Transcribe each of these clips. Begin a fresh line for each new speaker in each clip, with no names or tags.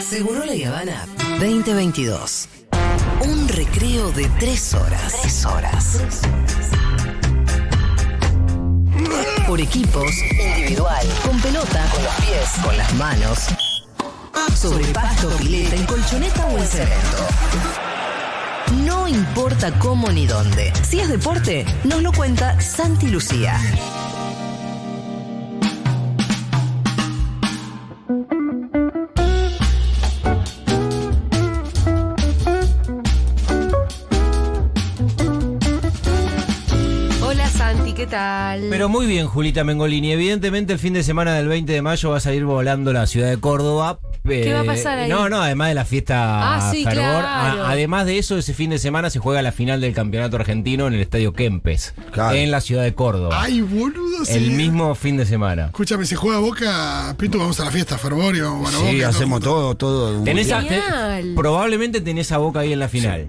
Seguro la Habana 2022. Un recreo de tres horas. Tres horas. Por equipos, individual, con pelota, con los pies, con las manos, sobre pasto, pileta, en colchoneta o en cemento. No importa cómo ni dónde. Si es deporte, nos lo cuenta Santi Lucía.
Hola Santi, ¿qué tal?
Pero muy bien, Julita Mengolini. Evidentemente, el fin de semana del 20 de mayo va a salir volando la ciudad de Córdoba.
¿Qué
eh,
va a pasar ahí?
No, no, además de la fiesta
Ah, sí,
Fervor,
claro.
a- además de eso, ese fin de semana se juega la final del campeonato argentino en el estadio Kempes,
Claro.
en la ciudad de Córdoba.
Ay, boludo, sí. ¿eh?
el mismo fin de semana.
Escúchame, se juega Boca, Pitu, vamos a la fiesta, Fervor y vamos a
Sí,
Boca. todo
hacemos
junto.
todo, todo. un
Tenés
día.
a- te-
Genial.
probablemente tenés a Boca ahí en la final.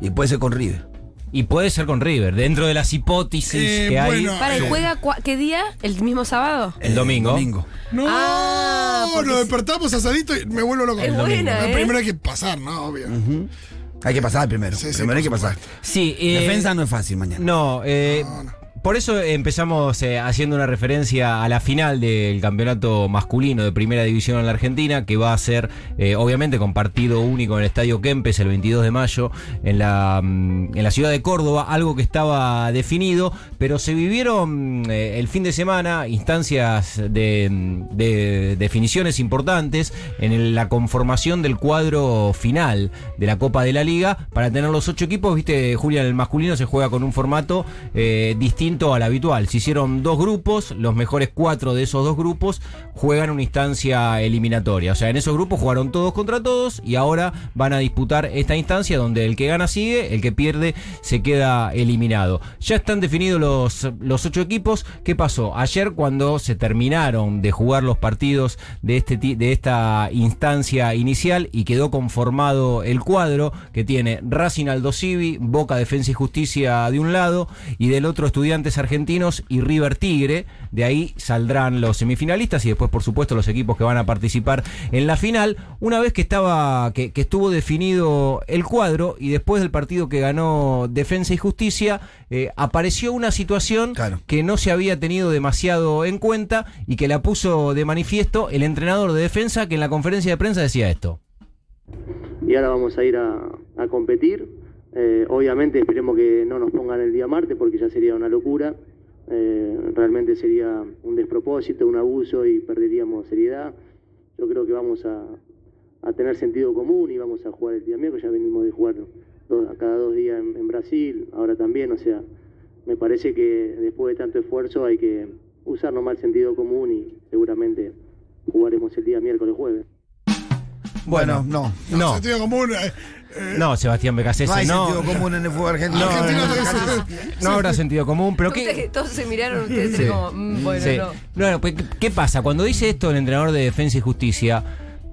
Y puede ser con River.
Y puede ser con River, dentro de las hipótesis
Eh,
que hay.
bueno.
Para, ¿y
Sí.
juega cua- qué día? ¿El mismo sábado?
El domingo.
Eh, domingo.
No,
Ah, porque
nos
si-
despertamos asadito y me vuelvo loco.
Es buena,
La
¿eh?
primera hay que pasar, ¿no? Obvio.
Hay que pasar primero.
Sí, sí,
primero hay que
por
pasar.
Sí, eh,
Defensa no es fácil mañana.
No, eh, por eso empezamos eh, haciendo una referencia a la final del campeonato masculino de primera división en la Argentina, que va a ser eh, obviamente con partido único en el Estadio Kempes el 22 de mayo en la, mm, en la ciudad de Córdoba, algo que estaba definido, pero se vivieron mm, eh, el fin de semana instancias de, mm, de definiciones importantes en el- la conformación del cuadro final de la Copa de la Liga para tener los ocho equipos, viste, Julián, el masculino se juega con un formato eh, distinto al habitual. Se hicieron dos grupos, los mejores cuatro de esos dos grupos juegan una instancia eliminatoria. O sea, en esos grupos jugaron todos contra todos y ahora van a disputar esta instancia donde el que gana sigue, el que pierde se queda eliminado. Ya están definidos los, los ocho equipos. ¿Qué pasó? Ayer cuando se terminaron de jugar los partidos de, este, ti- de esta instancia inicial y quedó conformado el cuadro que tiene Racing Aldo Civi, Boca Defensa y Justicia de un lado y del otro Estudiantes Argentinos y River Tigre. De ahí saldrán los semifinalistas y después por supuesto los equipos que van a participar en la final. Una vez que estaba que, que estuvo definido el cuadro y después del partido que ganó Defensa y Justicia eh, apareció una situación
Claro.
que no se había tenido demasiado en cuenta y que la puso de manifiesto el entrenador de defensa que en la conferencia de prensa decía esto.
y ahora vamos a ir a, a competir. Eh, obviamente esperemos que no nos pongan el día martes porque ya sería una locura. Eh, realmente sería un despropósito, un abuso y perderíamos seriedad. Yo creo que vamos a, a tener sentido común y vamos a jugar el día miércoles. Ya venimos de jugar dos- a cada dos días en, en Brasil, ahora también. O sea, me parece que después de tanto esfuerzo hay que usar nomás el sentido común y seguramente jugaremos el día miércoles jueves.
Bueno, no.
No.
Sentido común. eh, eh,
No, Sebastián Becasese,
No hay
no.
sentido común en el fútbol argentino.
Argentina no,
No habrá sentido común, pero
Ustedes-
¿qué?
Todos se miraron ustedes
Sí.
tres como, mm, bueno,
Sí.
no.
Bueno, pues, ¿qué- ¿qué pasa? Cuando dice esto el entrenador de Defensa y Justicia,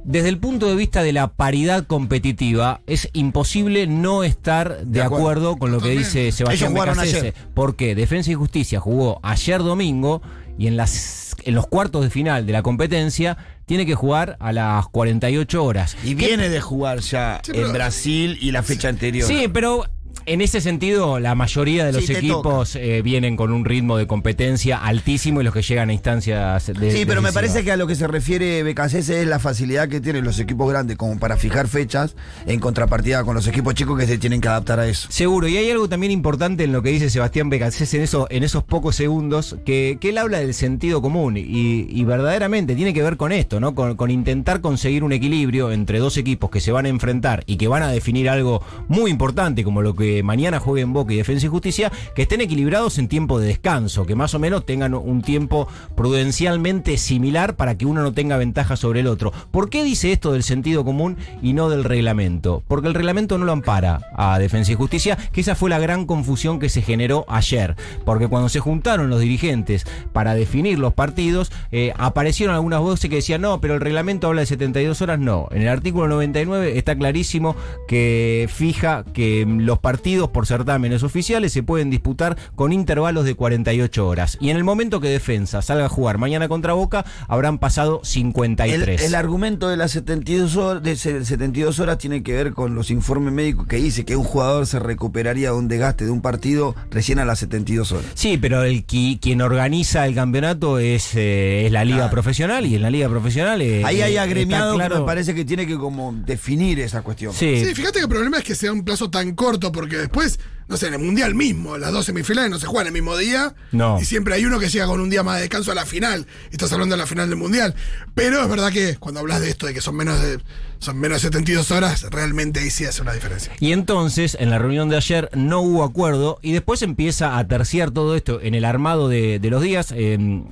desde el punto de vista de la paridad competitiva, es imposible no estar de,
De
acuerdo.
acuerdo.
con lo que dice Sebastián
Ellos jugaron
Becasese.
ayer.
Porque Defensa y Justicia jugó ayer domingo y en, las, en los cuartos de final de la competencia tiene que jugar a las 48 horas.
Y viene de jugar ya
Sí, pero-
en Brasil y la fecha anterior.
Sí, pero en ese sentido, la mayoría de los
Sí, te
equipos eh, vienen con un ritmo de competencia altísimo y los que llegan a instancias de.
Sí, pero me
decisivas.
parece que a lo que se refiere Becasese es la facilidad que tienen los equipos grandes como para fijar fechas en contrapartida con los equipos chicos que se tienen que adaptar a eso.
Seguro, y hay algo también importante en lo que dice Sebastián Becasés en, eso, en esos pocos segundos, que, que él habla del sentido común y, y verdaderamente tiene que ver con esto, ¿no? Con, con intentar conseguir un equilibrio entre dos equipos que se van a enfrentar y que van a definir algo muy importante, como lo que mañana jueguen Boca y Defensa y Justicia, que estén equilibrados en tiempo de descanso, que más o menos tengan un tiempo prudencialmente similar para que uno no tenga ventaja sobre el otro. ¿Por qué dice esto del sentido común y no del reglamento? Porque el reglamento no lo ampara a Defensa y Justicia, que esa fue la gran confusión que se generó ayer. Porque cuando se juntaron los dirigentes para definir los partidos, eh, aparecieron algunas voces que decían, no, pero el reglamento habla de 72 horas, no. En el artículo 99 está clarísimo que fija que mm, los partidos partidos por certámenes oficiales se pueden disputar con intervalos de 48 horas. Y en el momento que Defensa salga a jugar mañana contra Boca, habrán pasado
El,
53.
el argumento de las 72 horas, de se- 72 horas tiene que ver con los informes médicos que dice que un jugador se recuperaría de un desgaste de un partido recién a las 72 horas.
Sí, pero el qui- quien organiza el campeonato es, eh, es la liga profesional y en la liga profesional eh,
Ahí hay
está
agremiado que
claro-
me parece que tiene que como definir esa cuestión.
Sí,
Sí, fíjate que el problema es que sea un plazo tan corto, porque después, no sé, en el mundial mismo, las dos semifinales no se juegan el mismo día.
No.
Y siempre hay uno que llega con un día más de descanso a la final. Estás hablando de la final del mundial. Pero es verdad que cuando hablas de esto, de que son menos de, son menos de 72 horas, realmente ahí sí hace una diferencia.
Y entonces, en la reunión de ayer no hubo acuerdo y después empieza a terciar todo esto en el armado de, de los días. eh,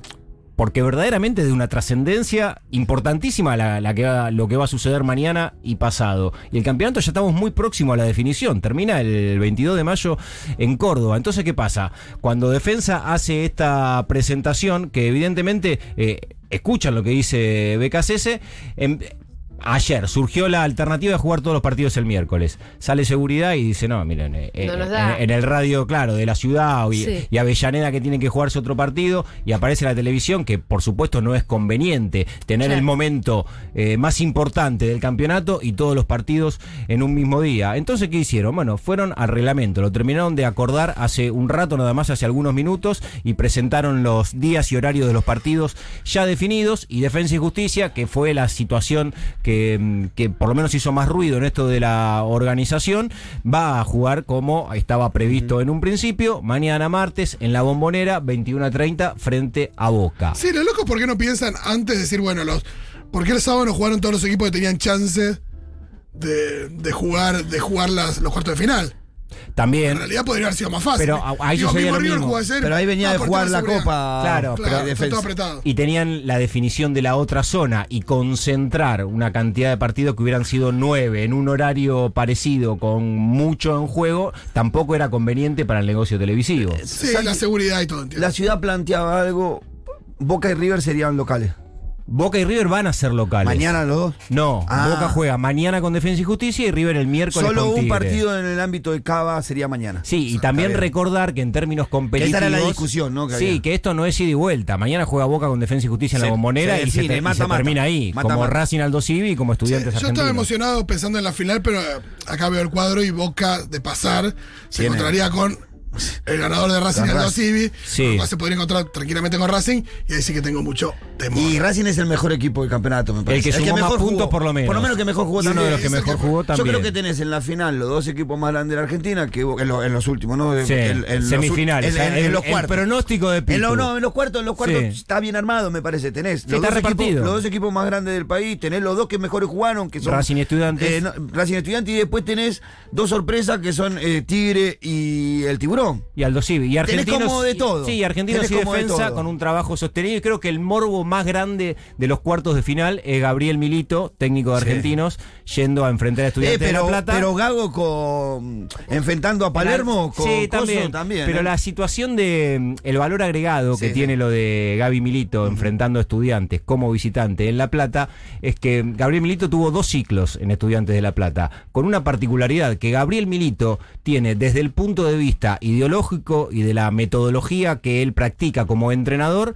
porque verdaderamente de una trascendencia importantísima la, la que va- lo que va a suceder mañana y pasado. Y el campeonato ya estamos muy próximo a la definición. Termina el 22 de mayo en Córdoba. Entonces, ¿qué pasa? Cuando Defensa hace esta presentación, que evidentemente eh, escuchan lo que dice BKCS, em, Ayer surgió la alternativa de jugar todos los partidos el miércoles. Sale seguridad y dice, no, miren, eh, eh,
No nos
en-
da.
en el radio, claro, de la ciudad y,
Sí.
y Avellaneda que tienen que jugarse otro partido y aparece la televisión que por supuesto no es conveniente tener
Claro.
el momento eh, más importante del campeonato y todos los partidos en un mismo día. Entonces, ¿qué hicieron? Bueno, fueron al reglamento, lo terminaron de acordar hace un rato nada más, hace algunos minutos y presentaron los días y horarios de los partidos ya definidos y Defensa y Justicia, que fue la situación que, mm, que por lo menos hizo más ruido en esto de la organización, va a jugar como estaba previsto en un principio, mañana martes en la bombonera 21 a 30 frente a Boca.
Sí, lo loco es por qué no piensan antes de decir, bueno, los. ¿Por qué el sábado no jugaron todos los equipos que tenían chance de, de jugar, de jugar las, los cuartos de final? En
También
realidad podría haber sido más fácil.
Pero a- ahí
Digo,
sucedía
mismo
lo
River
mismo.
jugó ayer,
Pero ahí venía
no,
de
por
jugar
tema
la
de seguridad.
copa.
Claro,
Claro,
pero-
está todo apretado.
Y tenían la definición de la otra zona y concentrar una cantidad de partidos que hubieran sido nueve en un horario parecido con mucho en juego, tampoco era conveniente para el negocio televisivo.
Sí, la seguridad y todo, entiendo.
La ciudad planteaba algo, Boca y River serían locales.
Boca y River van a ser locales.
Mañana los dos.
No,
Ah.
Boca juega mañana con Defensa y Justicia y River el miércoles
Solo
con
un
Tigre.
partido en el ámbito de Cava sería mañana.
Sí, y también
Está bien.
recordar que en términos competitivos.
Esa era la discusión, ¿no? Que
sí,
había.
que esto no es ida y vuelta. Mañana juega Boca con Defensa y Justicia en
Se-
la bombonera
se
y, se
define,
ter- y se,
mata, mata.
termina ahí.
Mata,
como
mata.
Racing Aldo Civi y como Estudiantes
yo estaba
Argentinos.
emocionado pensando en la final, pero eh, acá veo el cuadro y Boca de pasar se
Tiene-
encontraría con el ganador de Racing,
Con
Aldo
Racing.
Civi.
Sí.
Boca Se podría encontrar tranquilamente con Racing y ahí sí que tengo mucho temor.
Y Racing es el mejor equipo del campeonato, me parece.
que sumó más
jugó.
puntos, por lo menos.
Por lo menos que mejor jugó
Y uno
también.
de los que
Ese
mejor
que-
jugó también.
Yo creo que tenés en la final los dos equipos más grandes de la Argentina, que Boca- en, lo- en los últimos, ¿no? En-
Sí,
en- en los-
semifinales,
en- en-
el-
en los
el
cuartos.
pronóstico de Pitu.
En lo- no, en los cuartos, en los cuartos
Sí.
está bien armado, me parece. Tenés los,
está
dos equipos,
repartido.
los dos equipos más grandes del país, tenés los dos que mejores jugaron, que son
Racing y Estudiantes.
eh, no, Racing y Estudiantes, y después tenés dos sorpresas que son eh, Tigre y el Tiburón.
Y Aldo Civi. Y
Tenés
argentinos,
como de todo.
Sí, argentinos
Tenés
y
como de
defensa
todo.
con un trabajo sostenido. Y creo que el morbo más grande de los cuartos de final es Gabriel Milito, técnico de argentinos, yendo a enfrentar a
Eh,
Estudiantes de
pero,
La Plata.
pero Gago con, enfrentando a Palermo con
sí,
Coso
también. pero
¿eh?
la situación de mm, el valor agregado que
Sí,
tiene
sí.
lo de Gaby Milito enfrentando a estudiantes como visitante en La Plata es que Gabriel Milito tuvo dos ciclos en Estudiantes de La Plata, con una particularidad que Gabriel Milito tiene desde el punto de vista ideológico y de la metodología que él practica como entrenador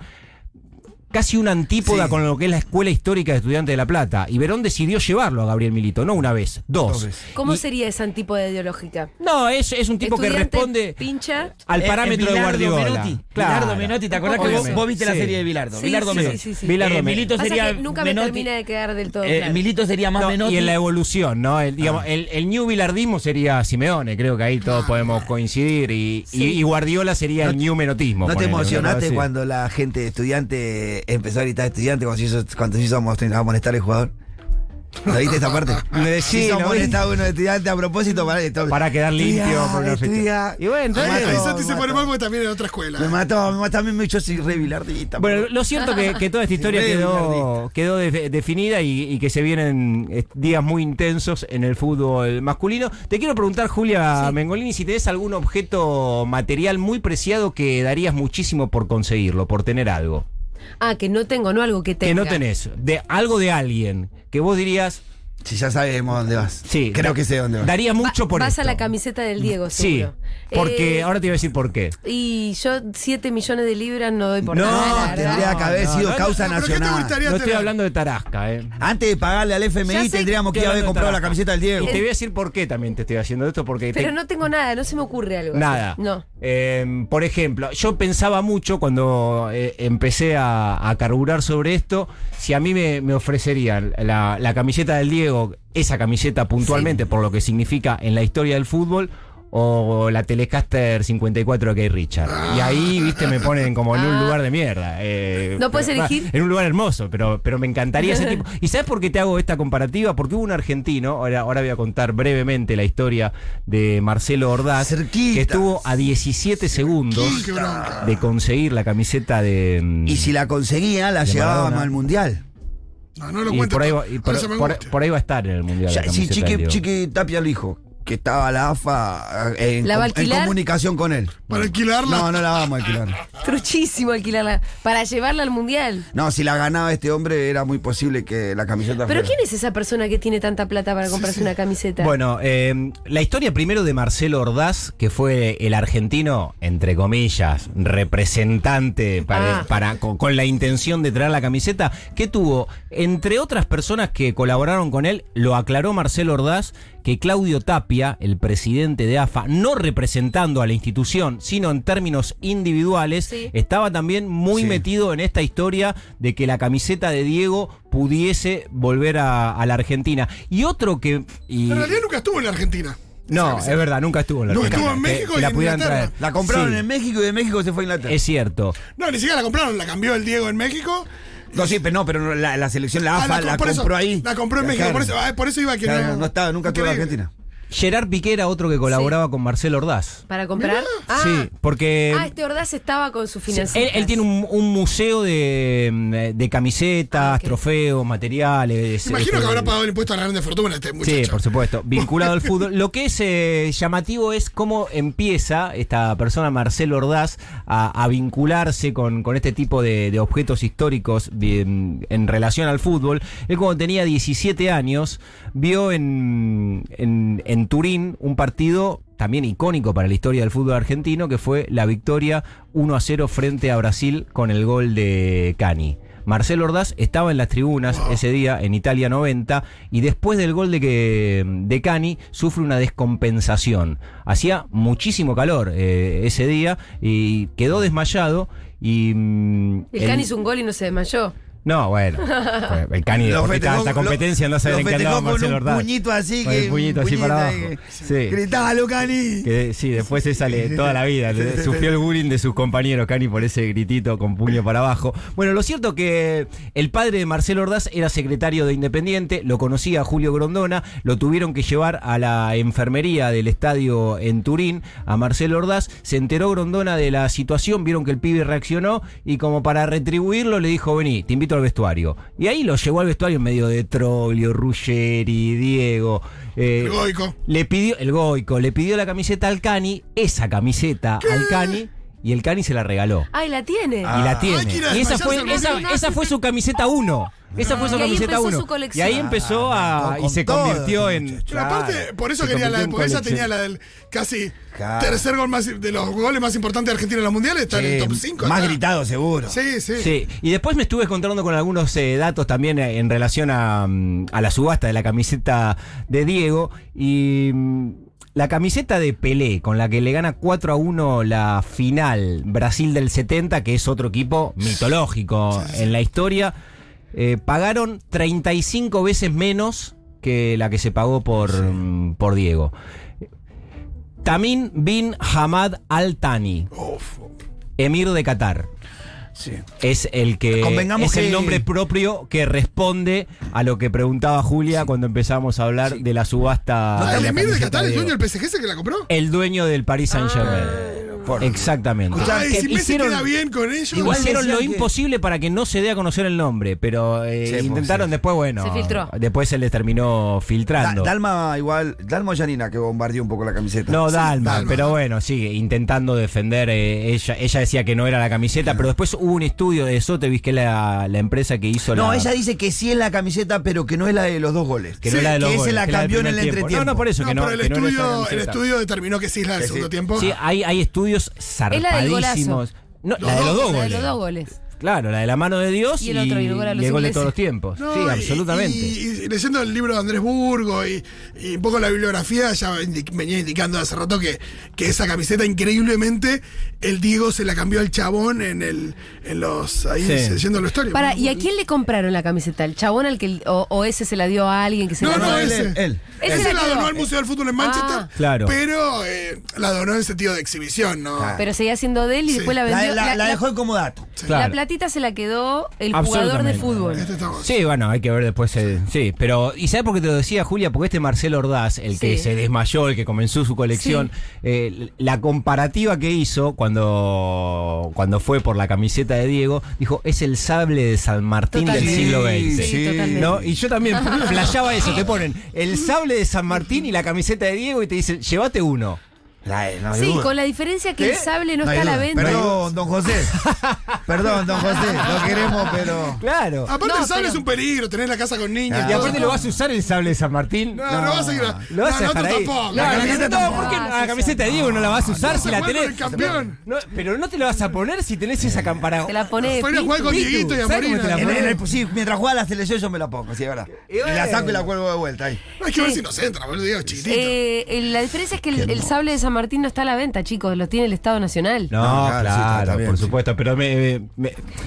casi una antípoda
Sí.
con lo que es la escuela histórica de estudiantes de La Plata. Y Verón decidió llevarlo a Gabriel Milito, no una vez, dos.
Dos veces.
¿Cómo
Y-
sería esa antípoda ideológica?
No, es, es un tipo que
Estudiante
responde
Pincha.
al
Eh,
parámetro
eh,
de
Bilardo
Guardiola.
Menotti.
Claro.
Bilardo Menotti, ¿te acordás que
Obviamente.
vos, vos viste la
Sí.
serie de Bilardo?
Sí,
Bilardo
sí,
Menotti.
sí, Eh, sí, sí.
Bilardo Menotti.
Eh, Milito
Pasa
sería
que nunca me
Menotti.
termina de quedar del todo.
Eh,
claro.
Milito sería más
No,
Menotti. Ah.
y en la evolución, ¿no? El, digamos, el, el new bilardismo sería Simeone, creo que ahí todos podemos coincidir. Y,
Sí.
y- y Guardiola sería el new menotismo.
¿No
ponele,
te
una cosa
emocionaste
así.
cuando la gente de estudiante empezó a gritar estudiante cuando se hizo, cuando se hizo amost- a molestar al jugador? ¿Lo viste esta parte?
Me decís,
se hizo
¿lo
molestar uno de estudiante a propósito para,
Para quedar
Estudiá,
limpio por una fecha.
estudiá.
Y bueno,
Ahí-
está
ahí
bien.
mató,
Santi se
me
pone
mató.
mal porque también en otra escuela.
Me mató, me mató, a mí me yo soy re bilardista.
Bueno,
boludo.
lo cierto que, que toda esta historia
Sí,
quedó,
bilardista.
quedó de- definida y, y que se vienen eh, días muy intensos en el fútbol masculino. Te quiero preguntar, Julia Mengolini, si tenés algún objeto material muy preciado que darías muchísimo por conseguirlo, por tener algo.
Ah, que no tengo, no algo que tenga.
Que no tenés. De algo de alguien que vos dirías,
Si ya sabemos dónde vas.
Sí.
Creo que sé dónde vas.
Daría mucho
Va-
por
vas
esto.
a la camiseta del Diego,
Sí,
seguro.
porque
Eh,
ahora te iba a decir por qué.
Y yo 7 millones de libras no doy por
no,
nada. la verdad.
tendría que haber
No,
sido
no,
causa
no, ¿pero qué te
nacional.
gustaría?
No estoy
tener-
hablando de Tarasca, ¿eh?
Antes de pagarle al
Ya
FMI
sé
tendríamos
Estoy
que haber
hablando de
comprado la
Tarasca.
camiseta del Diego.
Y
Este
te voy a decir por qué también te estoy haciendo esto, porque
Pero
te-
no tengo nada, no se me ocurre algo.
Nada.
No.
Eh, por ejemplo, yo pensaba mucho cuando eh, empecé a, a carburar sobre esto, si a mí me, me ofrecerían la, la camiseta del Diego, esa camiseta puntualmente, por lo que significa en la historia del fútbol, o la Telecaster 54 que hay Richard. Y ahí, viste, me ponen como en un
Ah.
lugar de mierda. eh,
¿No puedes
pero, va,
elegir?
En un lugar hermoso, pero, pero me encantaría ese tipo. ¿Y sabes por qué te hago esta comparativa? Porque hubo un argentino, ahora, ahora voy a contar brevemente la historia de Marcelo Ordaz,
Cerquita.
que estuvo a 17 segundos
Qué bronca.
de conseguir la camiseta de. mm,
Y si la conseguía, la
De
llevábamos
Maradona.
al mundial.
No, no lo
y
cuento.
por ahí va, y
Ahora
por-
se me
por-
angustia.
por ahí va a estar en el mundial.
Ya,
la camiseta
sí,
del
Chiqui,
Diego.
Chiqui Tapia lo dijo. Que estaba la AFA eh, en,
¿La va a
com- en
alquilar?
comunicación con él.
¿Para alquilarla?
No, no la vamos a alquilar.
Truchísimo alquilarla. Para llevarla al mundial.
No, si la ganaba este hombre, era muy posible que la camiseta
Pero
fuera.
¿quién es esa persona que tiene tanta plata para comprarse una camiseta?
Bueno, eh, la historia primero de Marcelo Ordaz, que fue el argentino, entre comillas, representante para,
Ah.
para- con, con la intención de traer la camiseta, que tuvo, entre otras personas que colaboraron con él, lo aclaró Marcelo Ordaz, que Claudio Tapia, el presidente de AFA, no representando a la institución, sino en términos individuales,
Sí.
estaba también muy
Sí.
metido en esta historia de que la camiseta de Diego pudiese volver a, a la Argentina. Y otro que... y-
En realidad nunca estuvo en la Argentina.
no, es verdad, nunca estuvo en la
Nunca
Argentina.
estuvo en
Que-
México
que
y
la
en
pudieran
Inglaterra.
traer.
La compraron
Sí,
en México y de México se fue a Inglaterra.
Es cierto.
No, ni siquiera la compraron, la cambió el Diego en México.
No, sí, pero no, pero la, la selección, la
Ah,
AFA,
com-
la
por eso,
compró ahí.
La compró en
La
México, por
cara.
eso, ah, por eso iba que
Claro,
no.
no estaba, nunca estuvo en
Increíble.
Argentina.
Gerard Piqué era otro que colaboraba con Marcelo Ordaz.
¿Para comprar? Ah,
sí, porque
ah, este Ordaz estaba con su
sí, él,
financiero.
él tiene un, un museo de, de camisetas,
Ah, ok.
trofeos, materiales.
Imagino que
este,
habrá pagado el impuesto a la grande fortuna este muchacho.
Sí, por supuesto, vinculado al fútbol. Lo que es eh, llamativo es cómo empieza esta persona, Marcelo Ordaz, a, a vincularse con, con este tipo de, de objetos históricos de- en relación al fútbol. Él cuando tenía 17 años, vio en, en, en Turín un partido también icónico para la historia del fútbol argentino, que fue la victoria 1 a 0 frente a Brasil con el gol de Cani. Marcelo Ordaz estaba en las tribunas
Ah.
ese día en Italia 90 y después del gol de, que, de Cani sufre una descompensación. Hacía muchísimo calor eh, ese día y quedó desmayado y... mm,
El Cani hizo un gol y no se desmayó.
No, bueno. fue- El Cani
Lo
deportista de
festejó
esta
con-
competencia
lo-
no sabe
lo
en qué
festejó
andaba
con
Marcelo
un
Ordaz.
puñito así
Con
que-
el puñito así
puñito
para abajo.
ahí
Sí.
Gritalo, Cani.
Que, sí, después esa le, toda la vida, le- sufrió el bullying de sus compañeros, Cani, por ese gritito con puño para abajo. Bueno, lo cierto que el padre de Marcelo Ordaz era secretario de Independiente, lo conocía Julio Grondona, lo tuvieron que llevar a la enfermería del estadio en Turín, a Marcelo Ordaz, se enteró Grondona de la situación, vieron que el pibe reaccionó y como para retribuirlo le dijo, vení, te invito al vestuario. Y ahí lo llevó al vestuario en medio de Troglio, Ruggeri, Diego. eh,
El Goico.
le pidió, el Goico, le pidió la camiseta al Cani, esa camiseta al Cani, y el Cani se la regaló.
Ay, la tiene.
Ah, y la
Ah. Ay,
tiene.
quiere
Y esa
desmayarse
fue,
el
esa,
Goico.
esa fue su camiseta 1. Esa fue su
Y ahí
camiseta
empezó
1.
su colección.
Y ahí empezó a.
Ah,
y
con
se
todo,
convirtió en.
muchacho.
Pero aparte, por eso
se
quería
convirtió
la de.
en
Porque esa
colección.
tenía la del casi
Claro.
tercer gol más de los goles más importantes de Argentina en los mundiales. Está en el
Sí,
top 5.
Más gritado, seguro.
Sí, sí.
Sí, y después me estuve encontrando con algunos eh, datos también eh, en relación a, mm, a la subasta de la camiseta de Diego y mm, la camiseta de Pelé, con la que le gana 4 a 1 la final Brasil del 70, que es otro equipo mitológico en la historia, eh, pagaron 35 veces menos que la que se pagó por, mm, por Diego. Tamim bin Hamad Al Thani,
Uf.
emir de Qatar
Sí.
es el que
Convengamos
es
que-
el nombre propio que responde a lo que preguntaba Julia cuando empezamos a hablar de la subasta
Ah,
la
el Emir de
camiseta
Qatar, el
Diego.
dueño del PSG, ese que la compró.
El dueño del Paris Saint Germain
Ah,
Por-
Exactamente.
Escuchá,
Que
y si Messi
hicieron-
queda bien con ellos.
Igual hicieron
decían
lo
que-
imposible para que no se dé a conocer el nombre, pero eh,
Sí, pues,
intentaron
sí.
después, bueno.
Se filtró.
Después se les terminó
Da-
filtrando.
Dalma igual, Dalma o Janina que bombardeó un poco la camiseta.
no, Dalma,
Dalma.
pero bueno, sigue intentando defender. eh, ella ella decía que no era la camiseta, pero después hubo un estudio de Sotheby's, que es la, la empresa que hizo
No,
la.
ella dice que sí es la camiseta, pero que no es la de los dos goles.
que no era de los
que
goles,
se la
que era del
cambió en el
primer tiempo.
entretiempo.
No, no, por eso,
No,
que no.
pero el
que no era esa
estudio, el
camiseta.
estudio determinó que sí es la del
Que sí.
segundo tiempo.
Sí, ah, hay, hay estudios
del
zarpadísimos.
golazo.
No, la de los dos
La de
goles.
los dos goles.
Claro, la de la mano de Dios
Y
y
el otro, y el gol a los
y el gol de
ingleses.
todos los tiempos.
No,
sí,
y-
absolutamente.
Y, y leyendo el libro de Andrés Burgo y, y un poco la bibliografía, ya indi- venía indicando hace rato que, que esa camiseta, increíblemente, el Diego se la cambió al chabón en el en los ahí
Sí.
leyendo la historia.
Para, ¿y a quién le compraron la camiseta? ¿El chabón al que o, o ese se la dio a alguien que se
No,
la
no,
dio?
ese.
él, él.
Ese
Ese
la
la
quedó.
donó al Museo del Fútbol en Manchester,
Ah.
Claro.
pero eh, la donó en sentido de exhibición, ¿no?
Claro.
Pero seguía siendo de él y
Sí.
después la
La,
vendió.
la- la
la-
dejó como dato.
la
Claro.
platita se la quedó el jugador de
Absolutamente.
fútbol.
Este está bueno.
Sí, bueno, hay que ver después. eh, sí, pero. ¿Y sabes por qué te lo decía, Julia? Porque este Marcelo Ordaz, el que
Sí.
se desmayó, el que comenzó su colección, eh, la comparativa que hizo cuando, cuando fue por la camiseta de Diego, dijo: es el sable de San Martín del
Totalmente.
siglo
Sí,
XX.
sí, totalmente.
¿No? Y yo también flashaba eso, te ponen el sable de San Martín y la camiseta de Diego y te dicen, llévate uno.
Ay, no hay
Sí,
duda.
con la diferencia que
¿Qué?
el sable no,
hay
está a la
duda.
venta.
Perdón, don José. Perdón, don José. Lo queremos, pero.
Claro.
Aparte,
No,
el sable
pero-
es un peligro, tener la casa con niños.
Ah.
Y
todo.
aparte lo vas a usar el sable de San Martín.
No, no, vas a ir a.
Lo vas a
no,
dejar
tú
ahí.
tampoco.
No,
La
la
camiseta
camiseta
tampoco.
porque
tampoco.
la camiseta de Diego no la vas a usar
Vas
si
a
la
jugar con
tenés.
el campeón. Eh,
No, pero no te la vas a poner si tenés esa campana.
Te la pone
Fuera a
Pitu.
jugar con
Pitu,
Dieguito y a
¿sabes cómo te la
En-
Morina.
pone?
en el- Eh, pues sí, mientras juega la selección yo me la pongo, sí, es verdad. Y la saco y la cuelgo de vuelta ahí.
No, hay que ver si nos entra, boludo, Diego, chiquitito.
Eh, el- la diferencia es que el, el sable de San Martín no está a la venta, chicos, lo tiene el Estado Nacional.
No,
No, claro,
claro,
sí, está- está bien,
por
sí.
supuesto, pero me, me-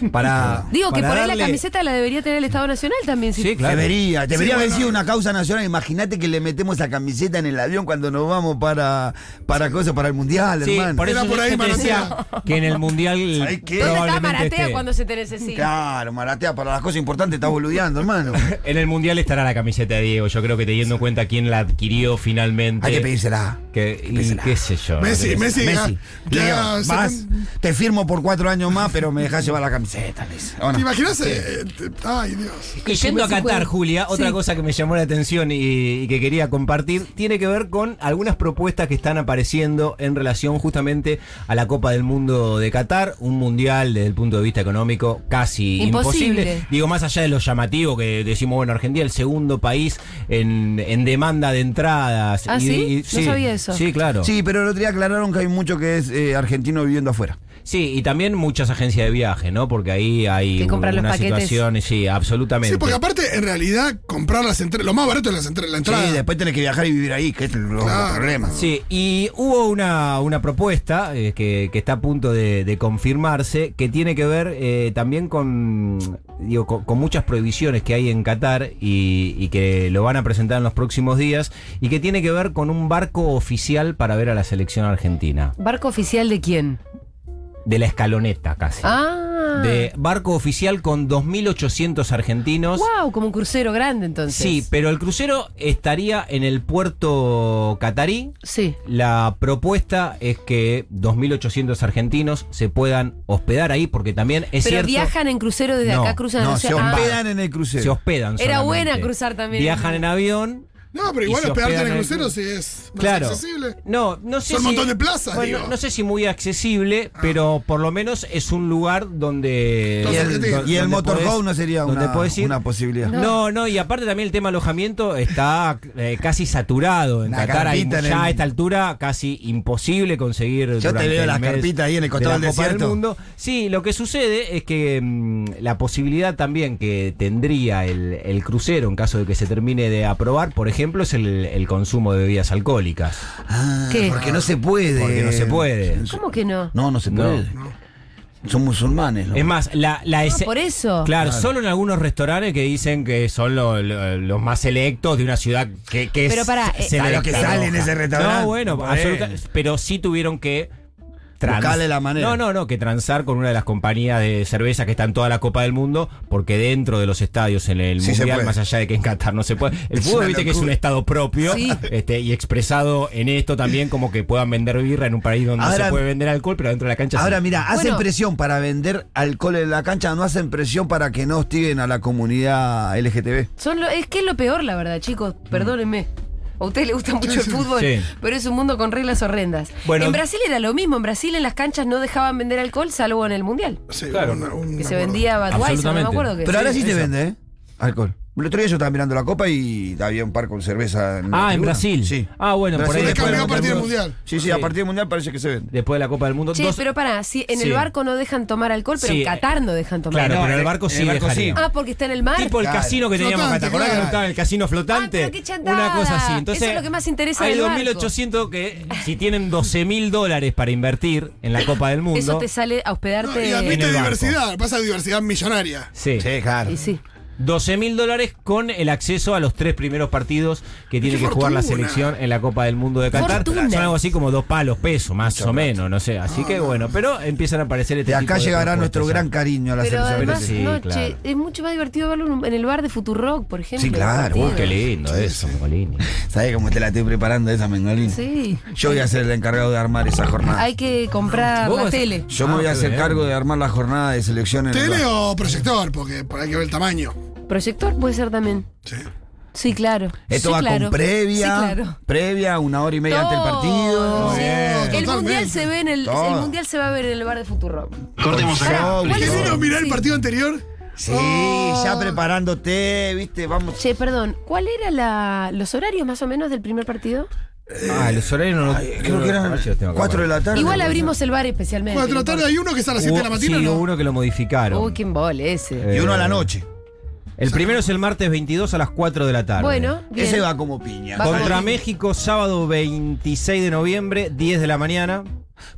me- para
Digo que
para
por ahí la
darle-
camiseta la debería tener el Estado Nacional también. si-
Sí, claro.
Debería, debería haber
bueno.
sido una causa nacional. Imagínate que le metemos esa camiseta en el avión cuando nos vamos para para cosas, para el mundial,
Sí,
hermano.
por
Era
eso
por
yo
ahí,
te decía
Manotea.
que en el mundial
¿Sabés
¿Dónde
qué?
está
probablemente
Maratea
esté.
cuando se te necesita?
Claro, Maratea, para las cosas importantes estás boludeando, hermano.
En el mundial estará la camiseta de Diego. Yo creo que teniendo en cuenta quién la adquirió finalmente.
Hay que pedírsela.
que- y
pedírsela.
qué sé yo.
Messi,
qué sé
Messi,
Messi,
ya-
Leo,
ya sacan-
vas, te firmo por cuatro años más, pero me dejas llevar la camiseta, le dice. ¿O no?
¿Te imaginas? Eh, te- Ay, Dios.
Y yendo a
Messi juega.
Qatar, Julia, otra
Sí.
cosa que me llamó la atención y, y que quería compartir tiene que ver con algunas propuestas que están apareciendo en relación justamente a la Copa del Mundo de Qatar, un mundial desde el punto de vista económico casi imposible.
Imposible.
Digo, más allá de lo llamativo que decimos, bueno, Argentina el segundo país en, en demanda de entradas.
¿Ah,
Y-
sí?
y-
No sabía eso.
Sí, claro.
Sí, pero el otro día aclararon que hay mucho que es eh, argentino viviendo afuera.
Sí, y también muchas agencias de viaje, ¿no? Porque ahí hay
Que compran los
una
paquetes.
situación, sí, absolutamente.
Sí, porque aparte, en realidad, comprar las entradas. Lo más barato es las entra- la entrada.
Sí, después tenés que viajar y vivir ahí, que es el los
Claro.
problemas.
Sí, y hubo una, una propuesta eh, que, que está a punto de, de confirmarse que tiene que ver eh, también con, digo, con, con muchas prohibiciones que hay en Qatar y, y que lo van a presentar en los próximos días y que tiene que ver con un barco oficial para ver a la selección argentina.
¿Barco oficial de quién?
De la escaloneta casi.
Ah.
De barco oficial con 2.800 argentinos.
Wow, como un crucero grande entonces.
Sí, pero el crucero estaría en el puerto catarí.
Sí.
La propuesta es que 2.800 argentinos se puedan hospedar ahí, porque también es
Pero
cierto.
viajan en crucero desde
No,
acá, cruzan
No,
el
se
océano. Ah,
hospedan en el crucero.
Se hospedan.
Era
solamente.
buena cruzar también.
Viajan en avión.
No, pero
y
igual
se
hospedarte en el
hospedan
crucero sí es más
Claro.
accesible.
No, no sé
Son un
si-
montón de plazas,
Bueno,
digo. Ah.
no sé si muy accesible, pero por lo menos es un lugar donde.
Los
Y
argentinos.
el, y el
donde
motorhome
podés-
no sería
donde
una,
podés ir.
una posibilidad.
No, no, y aparte también el tema alojamiento está eh, casi saturado en
La
Qatar. hay
carpita en
ya
el-
a esta altura casi imposible conseguir.
te
durante
veo
el
las
mes
carpitas ahí en el costado
de la
del
Copa
desierto.
mundo. Sí, lo que sucede es que mm, la posibilidad también que tendría el, el crucero en caso de que se termine de aprobar, por ejemplo, es el, el consumo de bebidas alcohólicas.
Ah,
¿Qué?
Porque no se puede.
Porque no se puede.
¿Cómo que no?
No, no se
No.
puede. Son musulmanes. ¿no?
Es más, la, la
Ah,
ese-
por eso.
Claro, solo en algunos restaurantes que dicen que son lo- lo- los más selectos de una ciudad que, que es.
Pero pará, eh,
selecta.
Claro que sale en ese restaurante.
No, bueno,
Bueno.
absoluta- pero sí tuvieron que trans-
Buscale la manera.
No, no, no, que transar con una de las compañías de cerveza que está en toda la Copa del Mundo, porque dentro de los estadios en el
Sí se
Mundial,
puede.
más allá de que en Qatar no se puede. El
Es
fútbol,
una
viste que es un
locura.
estado propio
Sí.
este, y expresado en esto también, como que puedan vender birra en un país donde no
Ahora-
se puede vender alcohol, pero dentro de la cancha
Ahora,
sí.
mira, hacen
Bueno.
presión para vender alcohol en la cancha, no hacen presión para que no hostiguen a la comunidad LGTB.
Son lo- es que es lo peor, la verdad, chicos. Perdónenme. A ustedes les gusta mucho el fútbol,
Sí.
pero es un mundo con reglas horrendas.
Bueno.
en Brasil era lo mismo. En Brasil en las canchas no dejaban vender alcohol, salvo en el Mundial.
Sí,
Claro.
un- un
Que se
acuerdo.
vendía Budweiser, no me
Absolutamente.
acuerdo que
Pero ahora sí te
eso.
vende, ¿eh? Alcohol. El otro día yo estaba mirando la copa y había un par con cerveza. En la
Ah, en
tribuna.
Brasil.
Sí.
Ah, bueno, por
Brasil
ahí
Le
después de
es
cambió a
la
campeón
partir del
Mundial.
mundial.
Sí, sí, a partir del mundial parece que se vende.
Después de la Copa del Mundo.
Che,
dos-
pero pará, si en
Sí.
el barco no dejan tomar alcohol, pero
Sí.
en Qatar no dejan tomar
Claro,
No,
pero en
en
el
el-
barco
en
sí
el barco
dejaría.
sí.
alcohol. Ah, porque está en el mar.
Tipo el
Claro.
casino que teníamos acá, ¿te
Flotante,
acordás que
claro.
nos estaba en el casino flotante?
Ah, pero qué chantada.
Una cosa así. Entonces,
Eso es lo que más interesa
Hay
del barco.
2.800 que, si tienen 12.000 dólares para invertir en la Copa del Mundo.
Eso te sale a
No,
hospedarte.
y
en
admite
el barco.
diversidad, pasa diversidad millonaria.
Sí.
claro.
y sí.
12.000 dólares con el acceso a los tres primeros partidos que tiene que jugar la
fortuna!
selección en la Copa del Mundo de Qatar.
Fortuna. Ah.
Son algo así como dos palos, peso, más o menos, no sé. Así que bueno, pero empiezan a aparecer este
De
tipo
acá llegará
propuestas
nuestro
ya.
gran cariño a la
Pero
cerveza.
además,
Sí,
no,
claro.
che, es mucho más divertido verlo en un- en el bar de Futurock, por ejemplo.
Sí, claro,
Uy,
partido.
qué lindo eso, Mengolini.
¿Sabés cómo te la estoy preparando esa mengolina?
Sí.
Yo voy a ser el encargado de armar esa jornada.
Hay que comprar
Vos-
la tele.
Yo me voy a
Ah,
hacer
bien.
cargo de armar la jornada de selección en el
¿Tele
bar.
o proyector? Porque por- hay que ver el tamaño.
Proyector puede ser también.
Sí.
Sí, claro.
Esto
Sí,
va
claro.
con previa,
Sí, claro.
previa, una hora y media antes del partido.
Todo.
Muy bien.
El
Totalmente.
mundial se ve en el,
Todo.
el mundial se va a ver en el bar de Futurock.
Cortemos acá.
¿cuál
¿Qué
es Oh.
vino a mirar el
Sí.
partido anterior?
Sí, ya preparándote, viste, vamos.
Che, perdón, ¿cuál era la, los horarios más o menos del primer partido?
Ah, los horarios no
Ay, creo que eran 4 de la tarde.
Igual abrimos el bar especialmente.
Cuatro de la tarde hay uno que es a las 7 de la mañana,
Uh, Sí,
¿no?
hubo uno que lo modificaron.
Uy, qué embole ese.
Y uno
Eh,
a la noche.
El primero es el martes 22 a las 4 de la tarde.
Bueno, bien.
Ese va como piña.
Va
Contra
Vamos.
México, sábado 26 de noviembre, 10 de la mañana.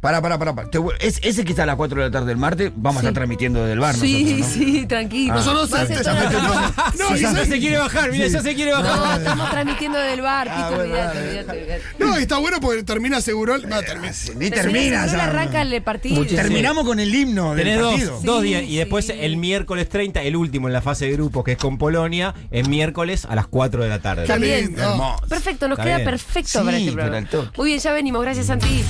Pará, pará, pará. pará. Te vuel- es- ese que está a las 4 de la tarde del martes, vamos
Sí.
a estar transmitiendo desde el bar.
sí,
nosotros, ¿no? Ah.
sí, tranquilo.
Nosotros
Ah,
Va a ser
antes,
toda la
antes,
tarde.
No, y sabes-
bajar, mira, ya se quiere
No, estamos transmitiendo del bar, Pitu,
Ah, bueno,
olvídate,
dale.
olvídate, olvídate.
no, y está bueno porque termina seguro. Va, termina.
Ni
Pero
termina.
si no
ya.
arranca el partido.
Terminamos con el himno del
Tenés dos,
partido.
dos
Sí,
días. Y después
sí.
el miércoles 30, el último en la fase de grupos, que es con Polonia, es miércoles a las 4 de la tarde.
Está bien.
lindo.
Hermoso.
Perfecto, nos
Está
queda
bien.
perfecto
Sí,
para este
pero
programa.
al toque.
Muy bien, ya venimos. Gracias, Santi.